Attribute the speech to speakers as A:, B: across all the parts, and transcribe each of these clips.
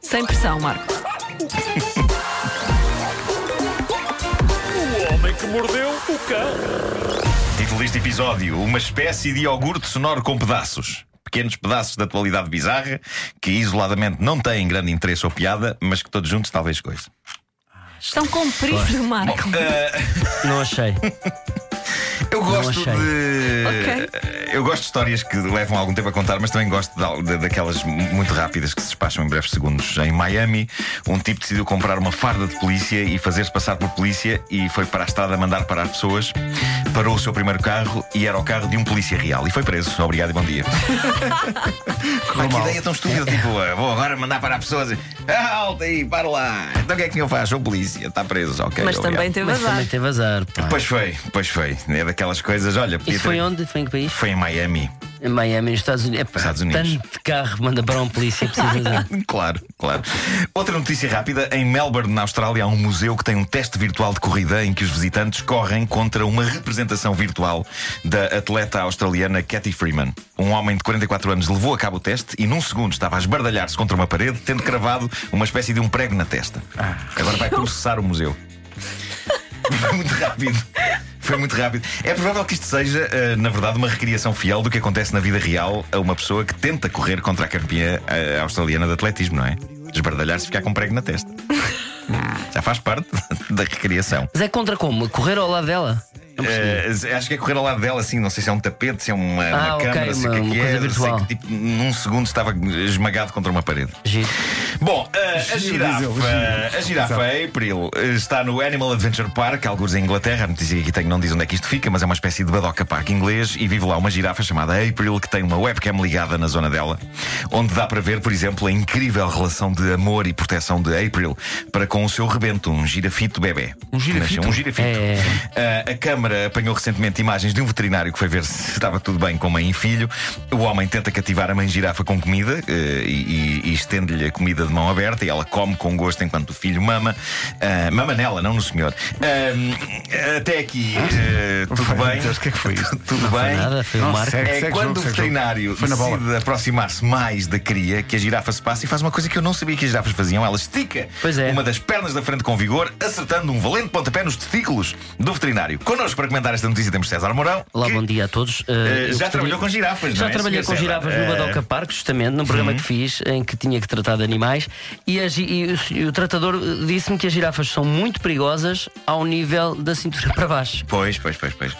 A: Sem pressão, Marco.
B: O homem que mordeu o cão.
C: Título deste episódio: Uma espécie de iogurte sonoro com pedaços. Pequenos pedaços da atualidade bizarra que isoladamente não têm grande interesse ou piada, mas que todos juntos talvez coisa. Eh,
A: Estão comprido, Marco.
D: Não achei.
C: Eu gosto
D: achei.
C: de.
A: Ok.
C: Eu gosto de histórias que levam algum tempo a contar, mas também gosto de al- de- daquelas mu- muito rápidas que se despacham em breves segundos. Em Miami, um tipo decidiu comprar uma farda de polícia e fazer-se passar por polícia e foi para a estrada mandar parar pessoas. Parou o seu primeiro carro e era o carro de um polícia real e foi preso. Obrigado e bom dia. Pá, que ideia tão estúpida, tipo, ah, vou agora mandar parar pessoas. Ah, alta aí, para lá. Então o que é que eu faço? Sou polícia, está preso, ok.
A: Mas
C: obrigado.
A: também teve
D: Mas
A: azar.
D: também teve azar. Pá.
C: Pois foi, pois foi. É daquelas coisas, olha, podia
D: Isso foi
C: ter-
D: onde? Foi em que país?
C: Foi em Miami.
D: Em Miami, nos Estados Unidos. Epá,
C: Estados Unidos.
D: Tanto carro manda para um polícia precisa de.
C: Claro, claro. Outra notícia rápida: em Melbourne, na Austrália, há um museu que tem um teste virtual de corrida em que os visitantes correm contra uma representação virtual da atleta australiana Cathy Freeman. Um homem de 44 anos levou a cabo o teste e, num segundo, estava a esbardalhar-se contra uma parede, tendo cravado uma espécie de um prego na testa.
D: Ah.
C: Agora vai processar o museu. Foi muito rápido. Foi muito rápido. É provável que isto seja, eh, na verdade, uma recriação fiel do que acontece na vida real a uma pessoa que tenta correr contra a campeã eh, australiana de atletismo, não é? Esbardalhar-se e ficar com um prego na testa. Já faz parte da recriação.
D: Mas é contra como? Correr ao lado dela?
C: Eh, acho que é correr ao lado dela, assim, não sei se é um tapete, se é uma, uma
D: Ah, ok,
C: câmara, se o
D: uma-
C: que é
D: uma
C: que é,
D: coisa
C: sei
D: virtual.
C: que tipo, num segundo estava esmagado contra uma parede.
D: Giro.
C: Bom, a, a girafa, a girafa April eh, está no Animal Adventure Park, alguns em Inglaterra. A notícia que aqui tenho não diz onde é que isto fica, mas é uma espécie de badoca parque inglês e vive lá uma girafa chamada April que tem uma webcam ligada na zona dela, onde dá para ver, por exemplo, a incrível relação de amor e proteção de April para com o seu rebento, um girafito bebê. Um girafito? Um girafito.
D: É.
C: Ah, a Câmara apanhou recentemente imagens de um veterinário que foi ver se estava tudo bem com mãe e filho. O homem tenta cativar a mãe girafa com comida eh, e, e- e estende-lhe a comida de mão aberta e ela come com gosto enquanto o filho mama. Ah, mama nela, não no senhor. Ah, até aqui, eh, tudo
E: Meu
C: bem.
E: Deus, o que é que foi isto?
C: Tudo
D: Foi
C: bem.
D: nada, foi o
E: Não,
D: Marco.
E: sério.
C: É
E: Segue, segue
C: quando
E: jogo,
C: o
E: segue
C: veterinário
E: jogo. Foi na bola.
C: decide aproximar-se mais da cria que a girafa se passa e faz uma coisa que eu não sabia que as girafas faziam. Ela estica
D: Pois é.
C: uma das pernas da frente com vigor, acertando um valente pontapé nos testículos do veterinário. Connosco para comentar esta notícia temos César Mourão.
D: Olá,
C: que,
D: bom dia a todos.
C: eh,
D: Eh, eu
C: já
D: gostaria-
C: trabalhou com girafas,
D: Já
C: não é,
D: trabalhei
C: Sr.
D: com
C: César?
D: girafas no
C: Eh,
D: Badoca Park, justamente, num
C: Uhum.
D: programa que fiz, em que tinha que tratar de animais, e, a gi- e o s- e o, tratador eh, disse-me que as girafas são muito perigosas ao nível da cintura para baixo.
C: Pois, pois, pois, pois.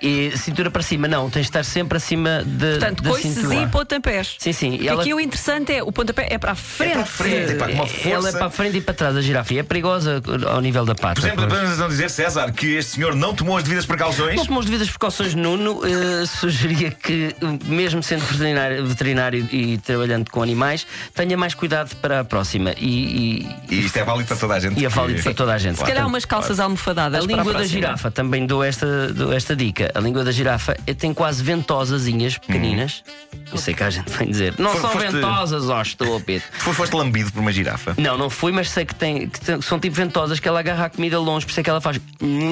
D: E cintura para cima, não, tens de estar sempre acima de,
A: Portanto,
D: da
A: coices e
D: cintura.
A: pontapés.
D: Sim, sim,
A: Porque
D: ela-
A: aqui o interessante é o pontapé é para a frente.
C: para a frente, é para uma força.
D: Ela é para a frente e para trás, a girafa, e é perigosa eh, ao nível da pata.
C: Por exemplo, é apenas não dizer, César, que este senhor não tomou as devidas precauções.
D: Não tomou as devidas precauções, Nuno. eh, sugeria que, mesmo sendo veterinário, veterinário e trabalhando com animais, tenha mais cuidado para a próxima. E, e-
C: E isto é válido para toda a gente.
D: E é válido para toda a gente.
A: Se calhar umas calças almofadadas.
D: a
A: Então, para
D: língua da
A: próxima.
D: girafa, também dou esta, dou esta dica. A língua da girafa eh, tem quase ventosazinhas pequeninas. Eu sei que a gente vem dizer. Não
C: Fo-
D: são
C: Hum. foste-
D: ventosas, ó, estúpido.
C: Foi, foste lambido por uma girafa.
D: Não, não fui, mas sei que, tem, que tem- que são tipo ventosas que ela agarra a comida longe, por isso é que ela faz.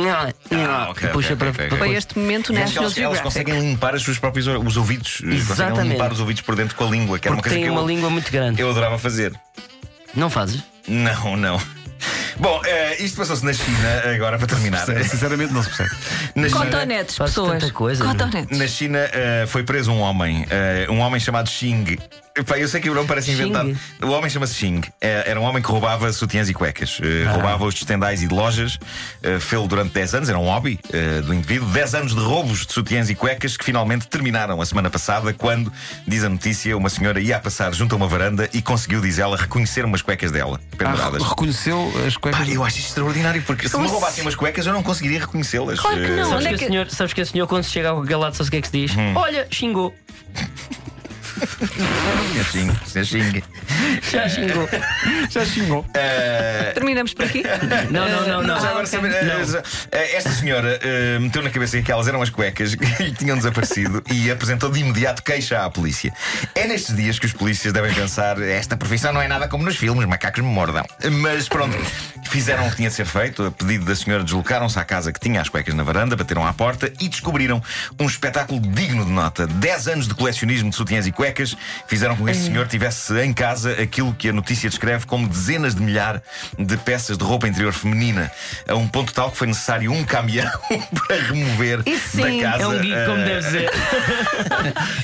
C: Ah, ok,
D: e puxa
C: ok, ok,
D: para. para
C: ok.
A: Foi
D: depois.
A: este momento
C: E acho que
A: National
C: elas, elas
A: Geographic.
C: conseguem limpar os seus próprios ou- os ouvidos. eh, Conseguem
D: Exatamente.
C: limpar os ouvidos por dentro com a língua, que era é uma
D: Porque
C: coisa
D: tem
C: que eu,
D: uma língua muito grande.
C: eu adorava fazer.
D: Não fazes?
C: Não, não. Bom, eh, isto passou-se na China, agora para terminar.
E: Sério, Sinceramente, não se percebe.
C: Na China,
A: Cotonetes,
D: Faz tanta
A: pessoas.
D: coisa, não é?
A: Cotonetes.
C: na China, eh, foi preso um homem, eh, um homem chamado Xing. Epá, eu sei que o nome parece
D: Xing?
C: inventado. O homem chama-se Xing. Eh, era um homem que roubava sutiãs e cuecas. Eh, Roubava os estendais e de lojas. Eh, Fê-lo durante 10 anos, era um hobby eh, do indivíduo. 10 anos de roubos de sutiãs e cuecas que finalmente terminaram a semana passada, quando, diz a notícia, uma senhora ia a passar junto a uma varanda e conseguiu, diz ela, reconhecer umas cuecas dela,
E: Ah,
C: penduradas.
E: reconheceu as
C: Pá,
E: cuecas.
C: eu acho isto extraordinário, porque se
A: Como
C: me
A: se-
E: assim?
C: roubassem umas cuecas eu não conseguiria reconhecê-las.
A: Claro que
C: Eh,
A: não.
D: Sabes
A: Onde é
D: que,
A: que-
D: o senhor, sabes que o senhor, quando se chega ao galado, sabes o que é que se diz?
C: Hum.
D: Olha, xingou.
C: é Xing, é Xing.
D: Já xingou.
E: Já xingou.
D: é.
A: Terminamos por aqui.
D: não, não, não, não.
C: Já agora saber, eh, já- eh, Esta senhora eh, meteu na cabeça que elas eram as cuecas que lhe tinham desaparecido e apresentou de imediato queixa à polícia. É nestes dias que os polícias devem pensar: esta profissão não é nada como nos filmes, macacos me mordam. Mas pronto, Fizeram o que tinha de ser feito, a pedido da senhora, deslocaram-se à casa que tinha as cuecas na varanda, bateram à porta e descobriram um espetáculo digno de nota. 10 anos de colecionismo de sutiãs e cuecas fizeram com que este senhor tivesse em casa aquilo que a notícia descreve como dezenas de milhares de peças de roupa interior feminina, a um ponto tal que foi necessário um caminhão para remover
A: Isso sim,
C: da casa.
D: É um geek, como
C: eh,
D: deve ser.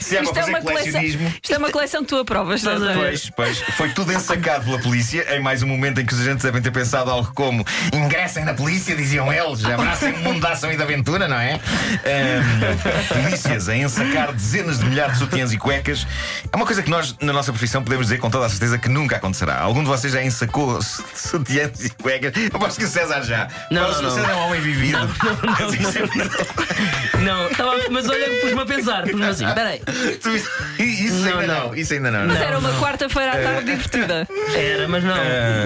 C: Se é para
A: Isto
C: fazer
A: é, uma coleção,
C: colecionismo.
A: isto é uma coleção que tu aprovas, estás a ver?
C: Pois, pois. Foi tudo ensacado pela polícia, em mais um momento em que os agentes devem ter pensado algo como: ingressem na polícia, diziam eles, abracem o mundo da ação e da aventura, não é? Ahm, polícias a ensacar dezenas de milhares de sutiãs e cuecas. É uma coisa que nós, na nossa profissão, podemos dizer com toda a certeza que nunca acontecerá. Algum de vocês já ensacou su- sutiãs e cuecas? Eu acho que o César já.
D: Não,
C: Mas o
D: não.
C: César é um homem vivido.
D: Não, tava, mas olha, pus-me a pensar. Pus-me assim, peraí.
C: Tu- Isso
D: Não,
C: ainda
D: não. é
C: não. Isso ainda não.
A: Mas
C: não.
A: era uma quarta-feira à tarde divertida.
D: Era, mas não.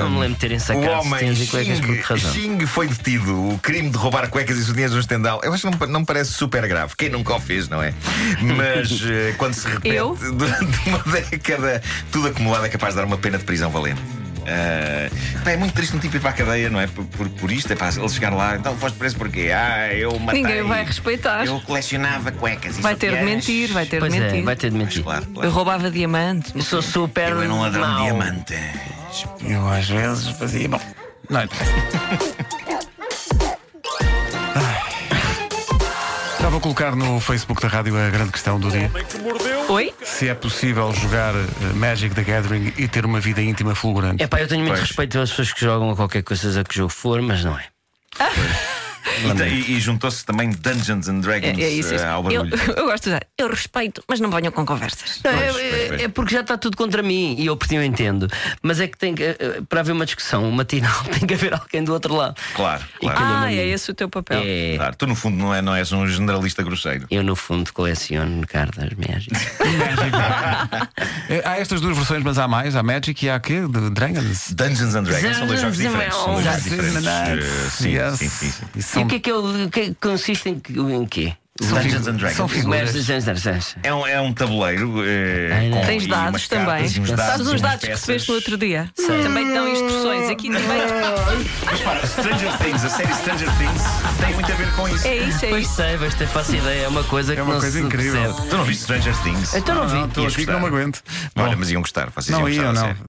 D: Não me lembro de terem
C: É. O
D: sacado
C: homem
D: sutiãs e cuecas por que razão.
C: Xing foi detido. O crime de roubar cuecas e sutiãs no estendal. Eu acho que não, pa- não me parece super grave. Quem nunca o fez, não é? Mas eh, quando se repete
A: Eu?
C: durante uma década, tudo acumulado é capaz de dar uma pena de prisão valente. Eh, pá, é muito triste um tipo ir para a cadeia, não é? Por, por, por isto, é para ele chegar lá. Então foste preso porquê? Ah, eu matei.
A: Ninguém vai respeitar.
C: Eu colecionava cuecas e
A: Vai ter de
C: sutiãs."
A: mentir, vai ter de
D: Pois é,
A: mentir.
D: vai ter de
C: Mas
D: mentir.
C: claro, claro.
A: Eu roubava diamante.
D: Eu sou super
C: Eu era um ladrão de
D: mau.
C: diamante.
E: Eu às vezes fazia. Bom, não interessa. Ai. Já vou colocar no Facebook da rádio a grande questão do dia.
B: Homem que mordeu.
A: Oi?
E: Se é possível jogar eh, Magic the Gathering e ter uma vida íntima fulgurante.
D: É pá, eu tenho muito
C: Pois.
D: respeito pelas pessoas que jogam a qualquer coisa, seja que jogo for, mas não é.
C: E, te- e- e juntou-se também Dungeons and
A: É,
C: Dragons
A: é isso.
C: eh,
A: isto.
C: ao
A: Eu,
C: barulho.
A: eu gosto de usar. Eu respeito, mas não venham com conversas.
D: Não, é,
C: Pois, pois, pois.
D: é- é porque já está tudo contra mim e eu por ti eu entendo. Mas é que tem que, eh, eh, para haver uma discussão matinal tem que haver alguém do outro lado.
C: Claro, claro.
A: Ah, é esse o teu papel.
D: É,
C: Claro, tu no fundo não, é, não és um generalista grosseiro.
D: eu no fundo coleciono cartas médicas.
E: Eh, Há estas duas versões, mas há mais. Há Magic e há quê? De Dragons?
C: Dungeons and Dragons são dois jogos
D: Dungeons and
C: diferentes. São dois jogos
E: Dungeons
C: diferentes.
E: and Dragons.
C: Eh, sim,
E: Yes.
C: sim, sim, sim.
E: E
D: E
E: são-
D: o que é que ele o que é que consiste em, que- em quê?
C: Dungeons and Dragons.
E: São figuras.
D: Dungeons and Dragons.
C: É um, é um tabuleiro. eh,
D: Ai, não.
C: com
A: Tens
C: e umas
A: dados também.
C: cartas e uns dados
A: Sabes
C: e
A: uns
C: umas
A: dados que
C: peças.
A: recebeste no outro dia? Também te dão instruções aqui também.
C: Mas para, Stranger Things, a série Stranger Things tem muito a ver com isso.
A: É isso, é
D: Pois
A: isso.
D: sei, mas ter faço ideia, é uma coisa que
E: uma
D: não
E: coisa
D: se
E: incrível.
D: percebe.
C: Tu não viste Stranger Things?
D: Então não vi.
C: tu-
E: Estou aqui que não me aguento.
C: Olha,
E: Bom,
C: mas iam gostar, vocês
E: não
C: iam
E: ia,
C: gostar. da
E: não.
C: série.